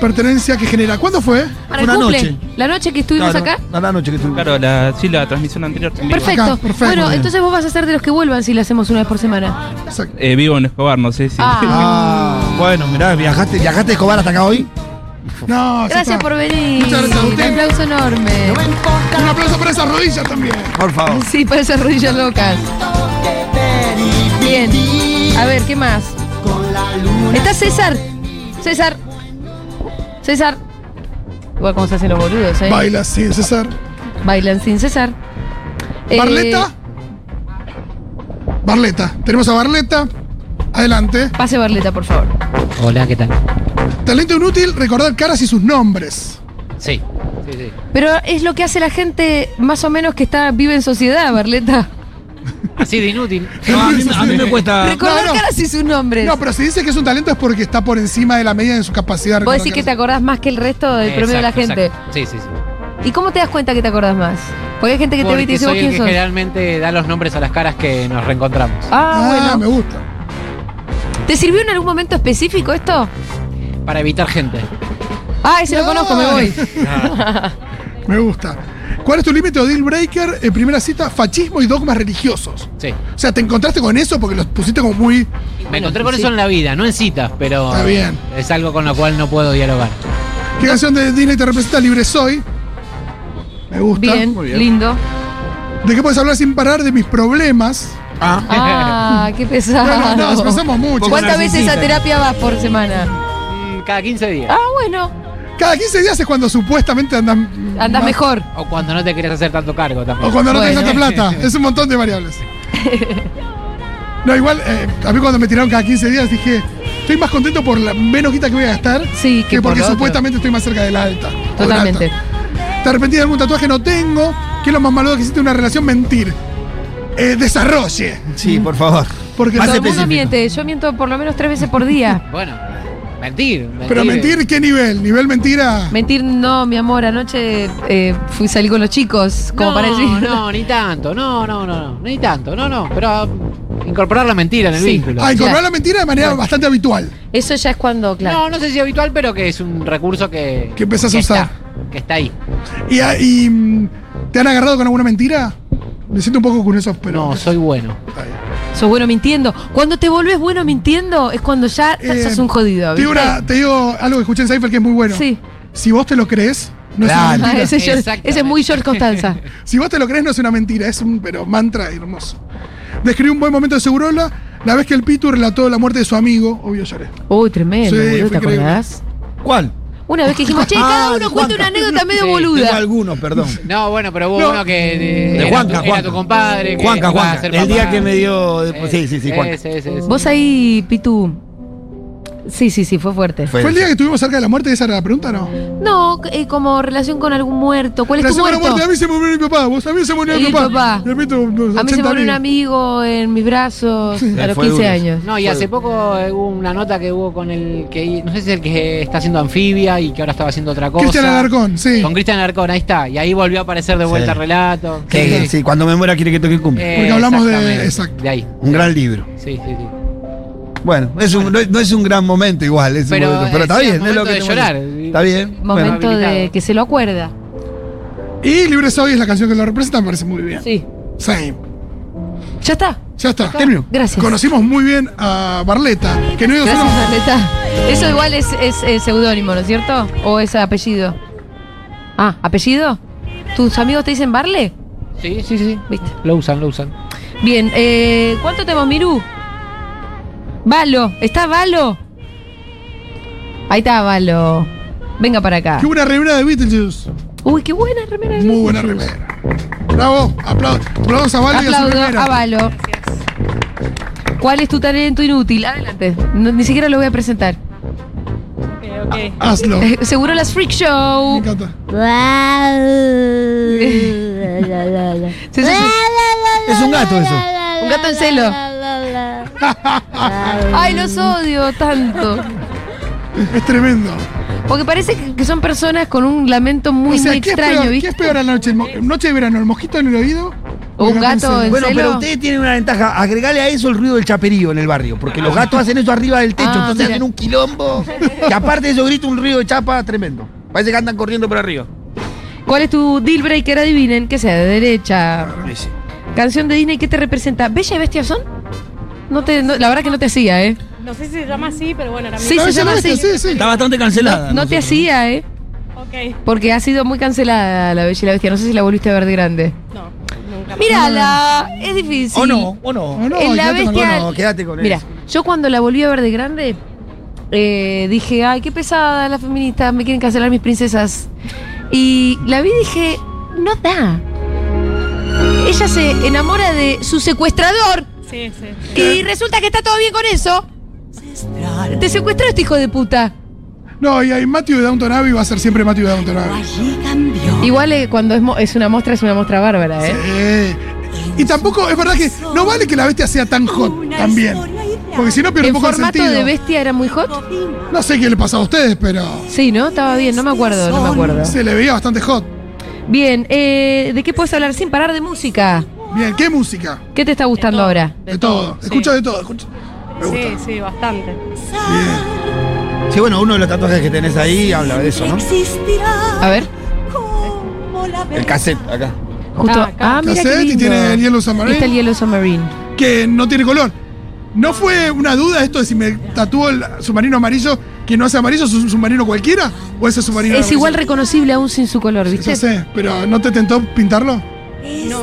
S3: pertenencia que genera. ¿Cuándo fue?
S2: para
S6: Una
S2: el cumple.
S6: noche.
S2: La noche que estuvimos
S6: Claro,
S2: acá.
S6: A la noche que tú.
S10: Claro, la, sí, la transmisión anterior. en vivo.
S2: Perfecto.
S3: Acá, perfecto.
S2: Bueno,
S3: Bien.
S2: entonces vos vas a ser de los que vuelvan si la hacemos una vez por semana.
S3: Exacto.
S10: Eh, vivo en Escobar, no sé si.
S2: Ah,
S6: Ah, bueno, mirá, viajaste, viajaste de Escobar hasta acá hoy.
S3: No, ya
S2: gracias
S3: está.
S2: por venir.
S3: Muchas gracias a
S2: Un
S3: usted.
S2: aplauso enorme.
S3: Un aplauso para esas rodillas también. Ah,
S6: Por favor.
S2: Sí, para esas rodillas locas. Bien. A ver, ¿qué más? Está César. César. César. Igual cómo se hacen los boludos, ¿eh?
S3: Baila, sí, César.
S2: Bailan sin César. Eh,
S3: ¿Barleta? Barleta. Tenemos a Barleta. Adelante.
S2: pase Barleta, por favor.
S11: Hola, ¿qué tal?
S3: Talento inútil, recordar caras y sus nombres.
S11: Sí. Sí, sí.
S2: Pero es lo que hace la gente más o menos que está vive en sociedad, Barleta.
S11: Así de inútil.
S3: No, a mí- a mí me
S6: cuesta.
S2: Recordar
S3: Ah, no.
S2: caras y sus nombres.
S3: No, pero si dice que es un talento es porque está por encima de la media de su capacidad. de
S2: Vos
S3: recordar
S2: decís que te
S3: caras.
S2: acordás más que el resto del promedio de la
S11: Exacto,
S2: gente.
S11: exacto. Sí, sí, sí.
S2: ¿Y cómo te das cuenta que te acordás más? Porque hay gente que te ve y te
S11: Porque
S2: dice, ¿vos
S11: soy el
S2: quién
S11: que
S2: sos?
S11: generalmente da los nombres a las caras que nos reencontramos.
S2: Ah,
S3: Ah,
S2: bueno.
S3: me gusta.
S2: ¿Te sirvió en algún momento específico esto?
S11: Para evitar gente.
S2: Ah, ese lo conozco, me voy.
S3: Me gusta. ¿Cuál es tu límite o deal breaker? En primera cita, fascismo y dogmas religiosos.
S11: Sí.
S3: O sea, te encontraste con eso porque los pusiste como muy.
S11: Me encontré con
S2: sí.
S11: eso en la vida, no en citas, pero
S3: Está bien.
S11: es algo con lo cual no puedo dialogar.
S3: ¿Qué canción de Disney te representa? Libre soy. Me gusta.
S2: Bien,
S3: Muy bien.
S2: lindo.
S3: ¿De qué puedes hablar sin parar? De mis problemas.
S2: Ah, qué
S3: No, no,
S2: pesado.
S3: no, nos pasamos mucho.
S2: ¿Cuántas veces a terapia vas por semana?
S11: Mm, Cada 15 días.
S2: Ah, bueno.
S3: Cada 15 días es cuando supuestamente andan.
S2: Andás
S3: más-
S2: mejor.
S11: O cuando no te quieres hacer tanto cargo
S3: O
S11: tampoco.
S3: cuando no
S2: Bueno.
S3: tenés tanta plata. Es un montón de variables. No, igual, eh, a mí cuando me tiraron cada 15 días dije, estoy más contento por la menos guita que voy a gastar
S2: Sí, que
S3: que
S2: por
S3: porque
S2: lo otro.
S3: supuestamente estoy más cerca de la alta. o del alta.
S2: Totalmente.
S3: ¿Te arrepentís de algún tatuaje? No tengo. ¿Qué es lo más malo que hiciste en una relación? Mentir. Eh, desarrolle.
S6: Sí, por favor.
S3: Porque
S6: Más
S2: Todo
S3: todo-
S2: el mundo
S6: específico.
S2: miente. Eh, Yo miento por lo menos tres veces por día.
S11: Bueno, mentir, mentir.
S3: Pero mentir, ¿qué nivel? ¿Nivel mentira?
S2: Mentir, no, mi amor. Anoche eh, fui salí con los chicos, como
S11: no,
S2: para decir.
S11: No, ni tanto, no, no, no, no, ni tanto, no, no, pero ah, incorporar la mentira en el
S2: Sí.
S11: vínculo.
S3: Ah, incorporar
S2: Claro.
S3: la mentira de manera bastante habitual.
S2: Eso ya es cuando, claro.
S11: No, no sé si es habitual, pero que es un recurso que.
S3: Que empezás a usar.
S11: está, que está ahí.
S3: ¿Y, ah, y, mm, te han agarrado con alguna mentira? Me siento un poco curioso, pero.
S11: No, soy bueno.
S3: Está bien.
S2: Sos bueno mintiendo. Cuando te volvés bueno mintiendo es cuando ya
S3: Eh,
S2: sos un jodido.
S3: Te digo,
S2: ¿viste?
S3: una- te digo algo que escuché en Seinfeld que es muy bueno.
S2: Sí.
S3: Si vos te lo crees, no es
S6: Claro.
S3: una
S2: Ah,
S3: mentira.
S2: ese, es George-
S11: Exactamente.
S2: ese es muy George Constanza.
S3: Si vos te lo crees, no es una mentira. Es un pero mantra hermoso. Describí un buen momento de Segurola la vez que el Pitu relató la muerte de su amigo. Obvio lloré.
S2: Uy, tremendo,
S3: Sí,
S2: boludo,
S3: fue
S2: ¿te
S3: increíble.
S2: acordás?
S6: ¿Cuál?
S2: Una vez que dijimos, che,
S6: Ah,
S2: cada uno
S6: de
S2: cuenta una
S6: Juanca.
S2: anécdota medio
S11: Sí,
S6: Tengo
S2: boluda.
S6: algunos, perdón.
S11: No, bueno, pero hubo
S3: No.
S11: uno que. eh,
S6: De
S11: era
S6: Juanca,
S11: tu- era,
S6: Juanca.
S11: tu compadre. que
S6: Juanca,
S11: iba a
S6: Juanca.
S11: ser
S6: El día
S11: papá.
S6: que me dio.
S11: Eh,
S6: sí, sí, sí, Juanca.
S11: ese, ese, ese.
S2: Vos ahí, Pitu, Sí, sí, sí, fue fuerte.
S3: ¿Fue el día que estuvimos cerca de la muerte? ¿Esa era la pregunta no?
S2: No, eh, como relación con algún muerto. ¿Cuál es tu
S3: Relación con la
S2: muerto?
S3: muerte, a mí se murió mi papá, vos a mí se murió
S2: Y
S3: mi
S2: mi
S3: papá.
S2: papá.
S3: Repito, unos
S2: A mí se
S3: 80
S2: murió un
S3: amigos.
S2: amigo en mis brazos
S3: Sí.
S2: a los
S3: Fue
S2: 15
S3: duro.
S2: años.
S11: No, y hace poco eh, hubo una nota que hubo con el que, no sé si es el que está haciendo anfibia y que ahora estaba haciendo otra cosa.
S3: Cristian Alarcón, sí.
S11: Con Cristian Alarcón, ahí está. Y ahí volvió a aparecer de
S4: Sí.
S11: vuelta el relato.
S4: Que- sí, cuando me muera quiere que toque cumple.
S11: Eh,
S3: Porque hablamos de.
S11: exactamente.
S3: Exacto.
S11: De ahí.
S4: Un gran libro.
S11: Sí, sí, sí.
S4: Bueno, es un- no, no es un gran momento igual, es un
S11: Pero,
S4: momento- pero
S11: eh,
S4: está
S11: sí, es
S4: bien, es lo
S11: momento
S4: que
S11: de
S4: te
S11: llorar.
S4: molesta. Está bien. bueno.
S2: Momento de
S11: Habilitado.
S2: que se lo acuerda.
S3: Y Libre Soy es la canción que lo representa, me parece muy bien.
S2: Sí.
S3: Same.
S2: Ya está.
S3: Ya está.
S4: Termino.
S2: Gracias.
S3: Conocimos muy bien a Barleta, que no es
S2: Gracias, Arleta. Eso igual es, es, eh, seudónimo, ¿no es cierto? ¿O es apellido? Ah, ¿apellido? ¿Tus amigos te dicen Barle?
S11: Sí, sí, sí.
S2: Viste.
S11: Lo usan, lo usan.
S2: Bien, eh, ¿cuánto tenemos, Mirú? Valo, ¿está Valo? Ahí está Valo. Venga para acá.
S3: Que una remera de Beetlejuice.
S2: Uy, qué buena remera. de
S3: Muy buena
S2: Beatles.
S3: remera. Bravo, aplausos. Aplausos a Vale y a su
S2: Aplaudo
S3: remera.
S2: a Valo. ¿Cuál es tu talento inútil? Adelante. No, ni siquiera lo voy a presentar.
S3: Hazlo. Me
S2: Seguro las Freak Show.
S3: encanta.
S2: Sí, sí, sí.
S4: Es un gato eso.
S2: Un gato en celo. Ay, los odio tanto.
S3: Es tremendo.
S2: Porque parece que- que son personas con un lamento muy,
S3: o sea,
S2: muy
S3: ¿qué,
S2: extraño,
S3: es peor,
S2: ¿viste?
S3: ¿qué es peor a la noche? ¿El mo- ¿Noche de verano? ¿El mosquito en el oído?
S2: O un gato
S3: en el
S2: en-
S3: celo?
S4: Bueno,
S2: serio?
S4: pero ustedes tienen una ventaja. Agregale a eso el ruido del chaperío en el barrio. Porque los gatos hacen eso arriba del techo.
S2: Ah,
S4: entonces
S2: mira.
S4: hacen un quilombo. Que aparte de eso grita un ruido de chapa tremendo. Parece que andan corriendo por arriba.
S2: ¿Cuál es tu deal breaker? Adivinen, que sea de derecha. Canción de Disney que te representa. ¿Bella y Bestia son? No te, no- la verdad que no te hacía, ¿eh?
S5: No sé si se llama así, pero bueno, era
S2: Sí,
S3: Ah,
S2: se
S3: esa
S2: llama
S3: noche,
S2: así.
S3: Sí, sí.
S12: Está bastante cancelada.
S2: No te
S12: nosotros.
S2: hacía, ¿eh?
S5: Ok.
S2: Porque ha sido muy cancelada la Bella y la Bestia. No sé si la volviste a ver de grande.
S5: No, nunca.
S2: Mírala, es difícil.
S4: O no, o no.
S3: O no,
S2: En la
S3: quédate con-
S2: bestia-
S4: No, quédate con
S2: Mira,
S4: eso.
S2: yo cuando la volví a ver de grande, eh, dije, ay, qué pesada las feministas, me quieren cancelar mis princesas. Y la vi y dije, no da. Ella se enamora de su secuestrador
S5: Sí, sí.
S2: y resulta que está todo bien con eso. Te secuestró este hijo de puta.
S3: No, y ahí Matthew de Downton Abbey va a ser siempre Matthew de Downton Abbey.
S2: Igual eh, cuando es, mo- es una mostra, es una mostra bárbara, ¿eh?
S3: Eh, Y tampoco, es verdad que no vale que la bestia sea tan hot también. Porque si no pierde
S2: En
S3: un poco el
S2: formato
S3: sentido.
S2: de bestia era muy hot.
S3: No sé qué le pasa a ustedes, pero
S2: Sí, ¿no? Estaba bien, no me acuerdo, no me acuerdo.
S3: se le veía bastante hot.
S2: Bien, eh, ¿de qué puedes hablar sin parar de música?
S3: Bien, ¿qué música?
S2: ¿Qué te está gustando ahora?
S3: De, todo.
S5: sí.
S3: Escucho de todo, escucho. Me gusta.
S5: Sí, sí, bastante.
S3: Bien.
S4: Sí, bueno, uno de los tatuajes que tenés ahí habla de eso, ¿no?
S2: A ver,
S4: El cassette, acá.
S2: justo.
S5: Ah,
S2: Ah,
S5: acá.
S2: mira qué
S3: Cassette
S2: lindo.
S3: y tiene el Yellow Submarine.
S2: Y está el Yellow Submarine.
S3: Que no tiene color. No fue una duda esto de si me tatúo el submarino amarillo que no hace amarillo, ¿es un submarino cualquiera? ¿O ese submarino
S2: Es igual
S3: amarillo?
S2: reconocible aún sin su color, ¿viste?
S3: Ya sé, pero ¿no te tentó pintarlo?
S5: No,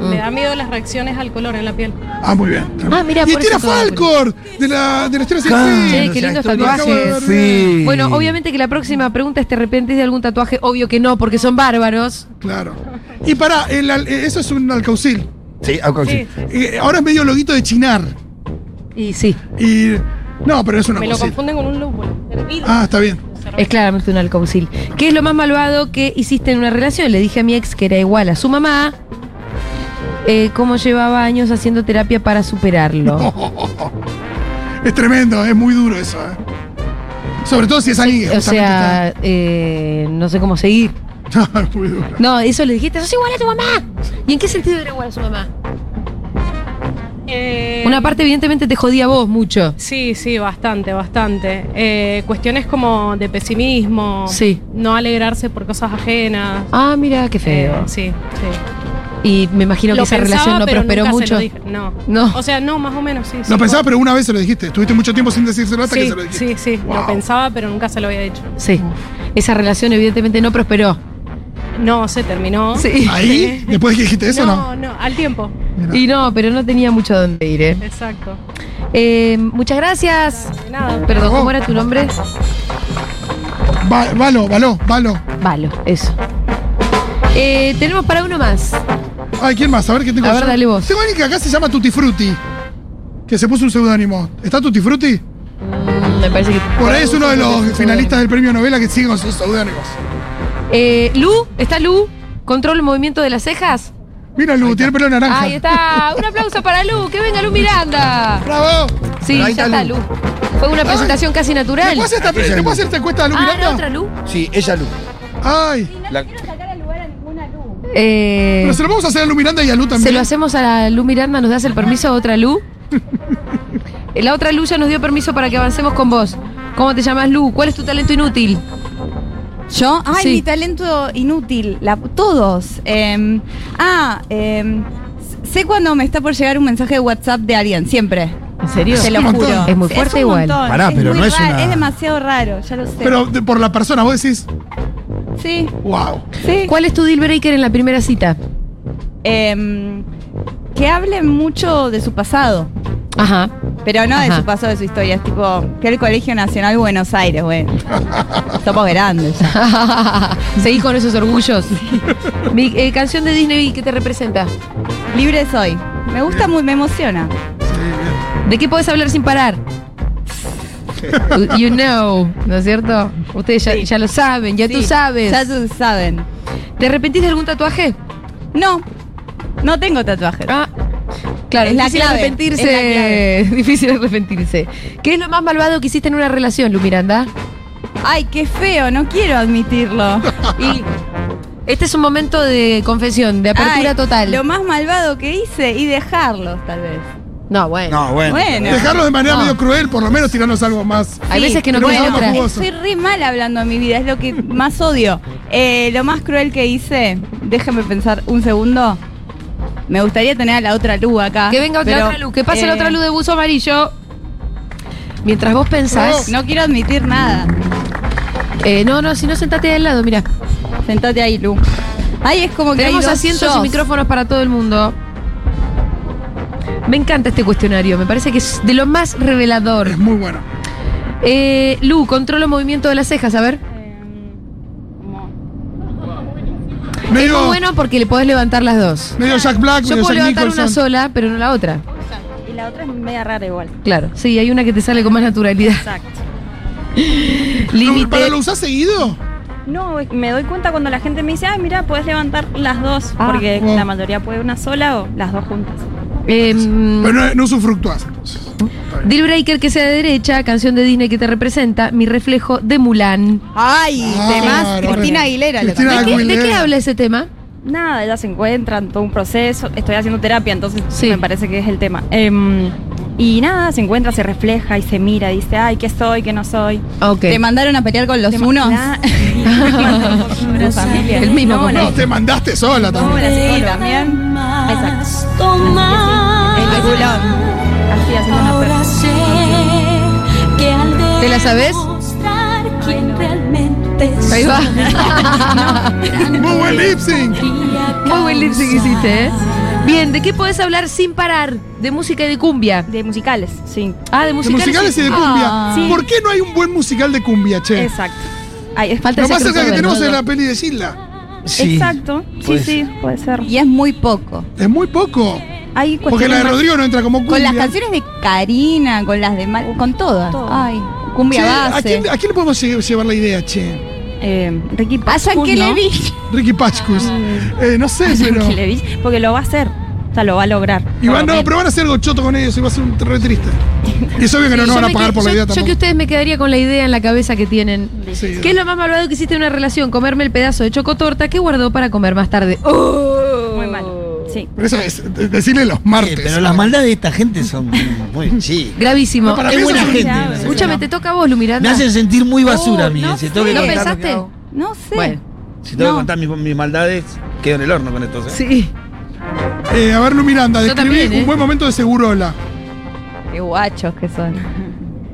S2: Mm.
S5: me da miedo las reacciones al color en la piel.
S3: Ah, muy bien.
S2: Ah, mira,
S3: y
S2: por
S3: tira
S2: eso todo,
S3: Falcor de la, de la estrella sin
S4: Claro.
S2: Che,
S3: fin.
S2: qué
S4: Sí,
S2: lindos
S4: acá
S2: tatuajes.
S4: Sí.
S2: Bueno, obviamente que la próxima pregunta es: ¿te arrepentís de algún tatuaje? Obvio que no, porque son bárbaros.
S3: Claro. Y pará, el al- eh, eso es un alcaucil.
S4: Sí, alcohol, sí.
S5: Sí, sí.
S3: Eh, ahora es medio loguito de chinar.
S2: Y sí,
S3: Y. No, pero es un
S5: Me lo
S3: alcaucil.
S5: confunden con un lúpulo.
S3: Ah, está bien.
S2: es claramente un alcaucil. ¿Qué es lo más malvado que hiciste en una relación? Le dije a mi ex que era igual a su mamá. eh, cómo llevaba años haciendo terapia para superarlo.
S3: Es tremendo, es muy duro eso, eh. Sobre todo si es alguien que
S2: O
S3: justamente
S2: sea, eh, no sé cómo seguir.
S3: está- es muy duro.
S2: No, eso le dijiste, sos igual a tu mamá. ¿Y en qué sentido era igual a su mamá?
S5: Eh,
S2: Una parte, evidentemente, te jodía a vos mucho.
S5: Sí, sí, bastante, bastante. Eh, cuestiones como de pesimismo,
S2: Sí.
S5: no alegrarse por cosas ajenas.
S2: Ah, mira, qué feo.
S5: Eh, sí, sí.
S2: Y me imagino que
S5: Lo
S2: esa
S5: pensaba,
S2: relación no
S5: pero
S2: prosperó
S5: nunca se
S2: mucho.
S5: lo dije. No.
S2: No.
S5: O sea, no, más o menos, sí.
S3: Lo pensaba, pero una vez se lo dijiste. Estuviste mucho tiempo sin decírselo hasta que
S5: sí,
S3: se lo dijiste.
S5: sí, sí,
S3: Wow.
S5: lo pensaba, pero nunca se lo había dicho.
S2: Sí. Esa relación, evidentemente, no prosperó.
S5: No, se terminó.
S2: Sí.
S3: ¿Ahí? ¿Después de que dijiste eso no?
S5: no, al tiempo.
S3: Mira.
S2: Y no, pero no tenía mucho dónde ir, ¿eh?
S5: Exacto.
S2: Eh, muchas gracias.
S5: De nada.
S2: Perdón, ¿cómo era tu nombre?
S3: Va- valo, valo, valo.
S2: Valo, eso. Eh, tenemos para uno más.
S3: Ay, ¿quién más? A ver qué tengo
S2: A
S3: yo.
S2: ver, dale vos.
S3: Tengo alguien que acá se llama Tutti Frutti. Que se puso un seudónimo. ¿Está Tutti Frutti?
S2: me parece que.
S3: Por ahí es uno de los finalistas del premio novela que sigue con sus seudónimos.
S2: Eh, Lu, ¿está Lu? ¿Control el movimiento de las cejas?
S3: Mira, Lu, tiene pelo naranja.
S2: Ahí este está. Un aplauso para Lu. Que venga Lu Miranda.
S3: ¡Bravo!
S2: Sí,
S3: Pero
S2: ya
S3: ahí
S2: está
S3: está
S2: Lu. Fue una presentación casi natural.
S3: ¿Te puedo hacer esta,
S6: Ella
S3: ¿te
S6: Lu.
S3: puedo hacer esta encuesta de Lu
S2: Ah,
S3: Miranda?
S2: ¿era otra Lu?
S6: Sí, ella Lu.
S3: Ay.
S6: La-
S2: Eh,
S3: Pero se lo vamos a hacer a Lu Miranda y a Lu también.
S2: Se lo hacemos a la Lu Miranda, ¿nos das el permiso a otra Lu? la otra Lu ya nos dio permiso para que avancemos con vos. ¿Cómo te llamas Lu? ¿Cuál es tu talento inútil?
S13: ¿Yo? Ay,
S2: Sí.
S13: mi talento inútil. La- todos. Em, ah, em, sé cuando me está por llegar un mensaje de WhatsApp de alguien, siempre.
S2: ¿En serio?
S13: Te lo
S3: Es un
S13: juro.
S3: montón.
S2: Es muy fuerte
S13: un
S2: igual.
S13: montón,
S3: Pará, pero
S13: muy
S3: no es
S13: raro,
S3: una-
S13: es demasiado raro, ya lo sé.
S3: Pero de- por la persona, vos decís,
S13: sí,
S3: wow.
S13: sí.
S2: ¿Cuál es tu deal breaker en la primera cita?
S13: Em, que hablen mucho de su pasado.
S2: Ajá.
S13: Pero no de
S2: Ajá.
S13: su pasado, de su historia. Es tipo, que el Colegio Nacional Buenos Aires, güey. Somos grandes. ya.
S2: Seguís con esos orgullos. Mi eh, canción de Disney que te representa.
S13: Libre soy. Me gusta muy, me emociona.
S2: ¿De qué podés hablar sin parar? You know, ¿no es cierto? Ustedes ya, ya lo saben, ya tú
S13: Sí,
S2: sabes.
S13: Ya tú saben.
S2: ¿Te arrepentís de algún tatuaje?
S13: No, no tengo tatuajes.
S2: Ah, claro,
S13: Es la
S2: difícil
S13: clave,
S2: arrepentirse.
S13: es la
S2: Difícil arrepentirse. ¿Qué es lo más malvado que hiciste en una relación, Lu Miranda?
S13: Ay, qué feo, no quiero admitirlo.
S2: Y este es un momento de confesión, de apertura
S13: Ay,
S2: total.
S13: Lo más malvado que hice y dejarlos, tal vez.
S2: No, bueno.
S4: No, bueno.
S13: Bueno.
S3: Dejarlos de manera
S2: No.
S3: medio cruel, por lo menos tirarnos algo más.
S2: Hay
S13: Sí,
S2: veces que no
S3: pero
S2: pueden
S3: bueno,
S2: entrar.
S3: jugo- Vos.
S13: Soy re mal hablando en mi vida, es lo que más odio. Eh, lo más cruel que hice, déjame pensar un segundo. Me gustaría tener a la otra luz acá.
S2: Que venga otra,
S13: pero,
S2: otra luz, que pase la
S13: eh,
S2: otra luz de buzo amarillo. Mientras vos pensás.
S13: No quiero admitir nada.
S2: Eh, no, no, si no, sentate al lado, mira.
S13: Sentate ahí, Lu. Ay, es como que
S2: Tenemos
S13: hay dos
S2: asientos y
S13: yos.
S2: micrófonos para todo el mundo. Me encanta este cuestionario, me parece que es de lo más revelador.
S3: Es muy bueno.
S2: Eh, Lu, controla el movimiento de las cejas, a ver. Es muy
S3: Medio,
S2: bueno porque le podés levantar las dos.
S3: medio Jack Black,
S2: Yo
S3: medio
S2: puedo
S3: Jack
S2: levantar
S3: Nicholson.
S2: una sola, pero no la otra.
S9: Y la otra es media rara igual.
S2: Claro, sí, hay una que te sale con más naturalidad.
S9: Exacto.
S2: Límite.
S3: ¿Para lo usás seguido?
S9: No, me doy cuenta cuando la gente me dice, ay, mira, puedes levantar las dos,
S2: Ah.
S9: porque
S3: Oh.
S9: la mayoría puede una sola o las dos juntas.
S2: Eh, mm,
S3: Pero no, no usufructuás.
S2: Deal Breaker que sea de derecha, canción de Disney que te representa, mi reflejo de Mulan.
S13: Ay,
S3: Ah,
S13: demás,
S3: claro.
S13: Cristina Aguilera. lo
S3: Cristina
S2: ¿De
S13: canta.
S2: qué, de qué
S3: Aguilera.
S2: habla ese tema?
S9: Nada, ya se encuentran, todo un proceso. Estoy haciendo terapia, entonces
S2: Sí.
S9: me parece que es el tema. Em, y nada, se encuentra, se refleja y se mira, dice, ay, ¿qué soy, qué no soy?
S2: Ok.
S13: Te mandaron a pelear con los unos.
S9: Na- Una familia.
S2: El mismo
S9: No,
S2: compañero.
S3: No, te mandaste sola
S9: No,
S3: también.
S9: la
S13: Sí,
S9: psicóloga.
S13: también.
S9: Exacto. Así, así.
S13: El culón.
S9: Así haciendo una prueba.
S2: ¿Te la sabes? Ahí va.
S3: Muy buen lip sync.
S2: Muy buen lip sync hiciste, ¿eh? Bien, ¿de qué podés hablar sin parar? De música y de cumbia.
S9: De musicales, sí.
S2: Ah, de
S3: De
S2: musicales.
S3: musicales y de
S13: Ah.
S3: cumbia.
S9: Sí.
S3: ¿Por qué no hay un buen musical de cumbia, che?
S9: Exacto. Ay, es-
S2: Falta
S3: Lo
S2: ese
S3: más cerca que
S2: crossover,
S3: tenemos
S2: ¿no?
S3: es la peli de Gilda.
S9: Exacto. Sí, sí, puede ser.
S13: Y es muy poco.
S3: Es muy poco.
S9: Hay
S3: Porque la de Rodrigo no entra como cumbia.
S13: Con las canciones de Karina, con las de Mal, con todas.
S9: Todo.
S13: Ay, cumbia
S3: Che, ¿a,
S13: base.
S3: quién, ¿A quién le podemos lle- llevar la idea, che?
S9: Eh, Ricky
S13: A Yankelevich.
S3: Ricky Pachkus.
S2: Mm.
S3: Eh, no sé, pero.
S9: Yankelevich, Porque lo va a hacer. O sea, lo va a lograr.
S3: Y van,
S9: Por lo
S3: no, pero
S9: menos.
S3: van a hacer algo choto con ellos y va a ser un re triste. Y es obvio que no
S2: Sí,
S3: nos
S2: yo
S3: van a
S2: me
S3: pagar
S2: que-
S3: por la
S2: yo-
S3: idea
S2: Yo que
S3: tampoco.
S2: ustedes me quedaría con la idea en la cabeza que tienen.
S3: Sí.
S2: ¿Qué es lo más malvado que hiciste en una relación? Comerme el pedazo de chocotorta que guardó para comer más tarde. ¡Oh!
S9: Muy mal. Sí.
S3: Pero eso es, de- decirle los
S4: Sí,
S3: martes.
S4: pero las maldades de esta gente son muy chicas.
S2: Gravísimo.
S4: No, para mí
S2: Es
S4: eso
S2: buena
S4: es
S2: gente.
S9: grave.
S2: Escúchame, te toca a vos, Lumiranda.
S4: Me hacen sentir muy basura a mí.
S13: no
S4: si
S13: sé.
S4: tengo que
S2: ¿No
S4: contar lo que
S2: pensaste?
S4: hago.
S13: No sé.
S2: Bueno,
S4: Si tengo
S13: No.
S4: que contar mis, mis maldades, quedo en el horno con esto. ¿eh?
S2: sí.
S3: Eh, a ver, Lu Miranda,
S2: Yo
S3: describí
S2: también, ¿eh?
S3: un buen momento de Segurola.
S13: Qué guachos que son.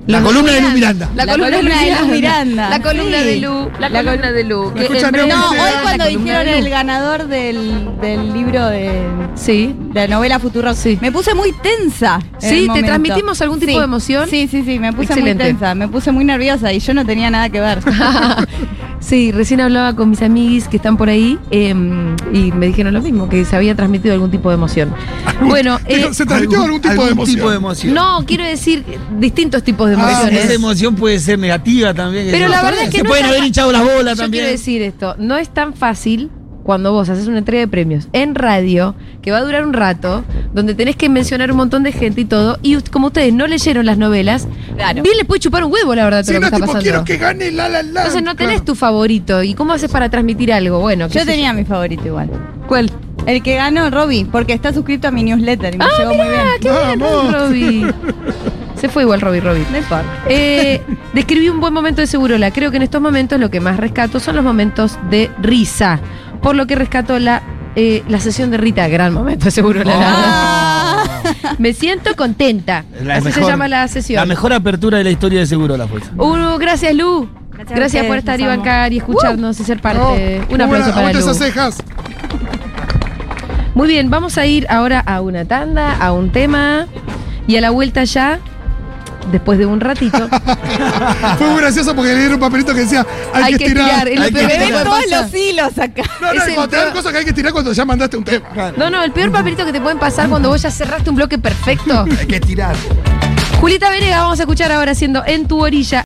S4: La columna de Lu Miranda.
S2: La,
S13: La
S2: columna,
S13: columna
S2: de
S13: de
S2: Lu
S13: Lu
S2: Miranda.
S13: Miranda.
S2: La columna
S13: Sí.
S2: de Lu. La columna de Lu.
S3: La escucha
S2: en breve
S3: Neo
S13: No,
S2: será
S13: hoy
S2: la
S13: cuando
S2: columna
S13: dijeron
S2: de Lu.
S13: el ganador del, del libro de,
S2: Sí.
S13: de la novela Futuro,
S2: Sí.
S13: me puse muy tensa. en
S2: Sí,
S13: el
S2: ¿te
S13: momento.
S2: transmitimos algún tipo
S13: Sí.
S2: de emoción?
S13: Sí, sí, sí, me puse
S2: Excelente.
S13: muy tensa, me puse muy nerviosa y yo no tenía nada que ver.
S2: Sí, recién hablaba con mis amiguis que están por ahí eh, y me dijeron lo mismo, que se había transmitido algún tipo de emoción. bueno,
S3: Digo, ¿se transmitió algún tipo de emoción?
S2: Eh, No, quiero decir distintos tipos de
S4: Ah,
S2: emociones.
S4: esa emoción puede ser negativa también.
S2: Pero
S4: no
S2: la
S4: sé.
S2: verdad es que
S4: Se
S2: no
S4: pueden
S2: es tan-
S4: haber hinchado las bolas
S2: Yo
S4: también.
S2: quiero decir esto, no es tan fácil cuando vos haces una entrega de premios en radio, que va a durar un rato, donde tenés que mencionar un montón de gente y todo, y ut- como ustedes no leyeron las novelas, bien les puede chupar un huevo la verdad todo
S3: Sí,
S2: lo que
S3: no,
S2: está
S3: tipo,
S2: pasando.
S3: quiero que gane la la la.
S2: Entonces no tenés tu favorito, ¿y cómo haces para transmitir algo? Bueno,
S13: Yo tenía mi favorito igual.
S2: ¿Cuál? Ah,
S13: El que ganó, Robbie, porque está suscrito a mi newsletter y me llegó muy bien.
S2: qué bien, Robbie. Se fue igual Robbie Robbie.
S13: No importa.
S2: Eh, describí un buen momento de Segurola. Creo que en estos momentos lo que más rescato son los momentos de risa. Por lo que rescato la, eh, la sesión de Rita. Gran momento de Segurola. la verdad. Me siento contenta.
S4: Oh. Ah. La
S2: ah. Así se
S4: mejor-
S2: llama la sesión.
S4: La mejor apertura de la historia de seguro la fue.
S2: Uh, gracias, Lu. Gracias,
S13: a ustedes,
S2: por estar y
S13: los amo.
S2: bancar y escucharnos y
S4: Oh,
S2: ser parte.
S3: No,
S2: un aplauso
S3: aguanta-
S2: para
S3: aguanta
S2: Lu.
S3: esas cejas.
S2: Muy bien, vamos a ir ahora a una tanda, a un tema. Y a la vuelta ya, después de un ratito.
S3: Fue muy gracioso porque le dieron un papelito que decía hay,
S2: Ah. Hay que estirar, es lo
S3: Hay que
S2: peor que puede
S3: estirar.
S13: Todos
S2: Pasa.
S13: los hilos acá.
S3: No, no,
S2: Es el
S3: cuando te dan
S2: peor-
S3: cosas que hay que tirar cuando ya mandaste un tema.
S2: No, no, el peor papelito que te pueden pasar cuando vos ya cerraste un bloque perfecto.
S6: Hay que tirar.
S2: Julieta Venega, vamos a escuchar ahora haciendo En tu orilla.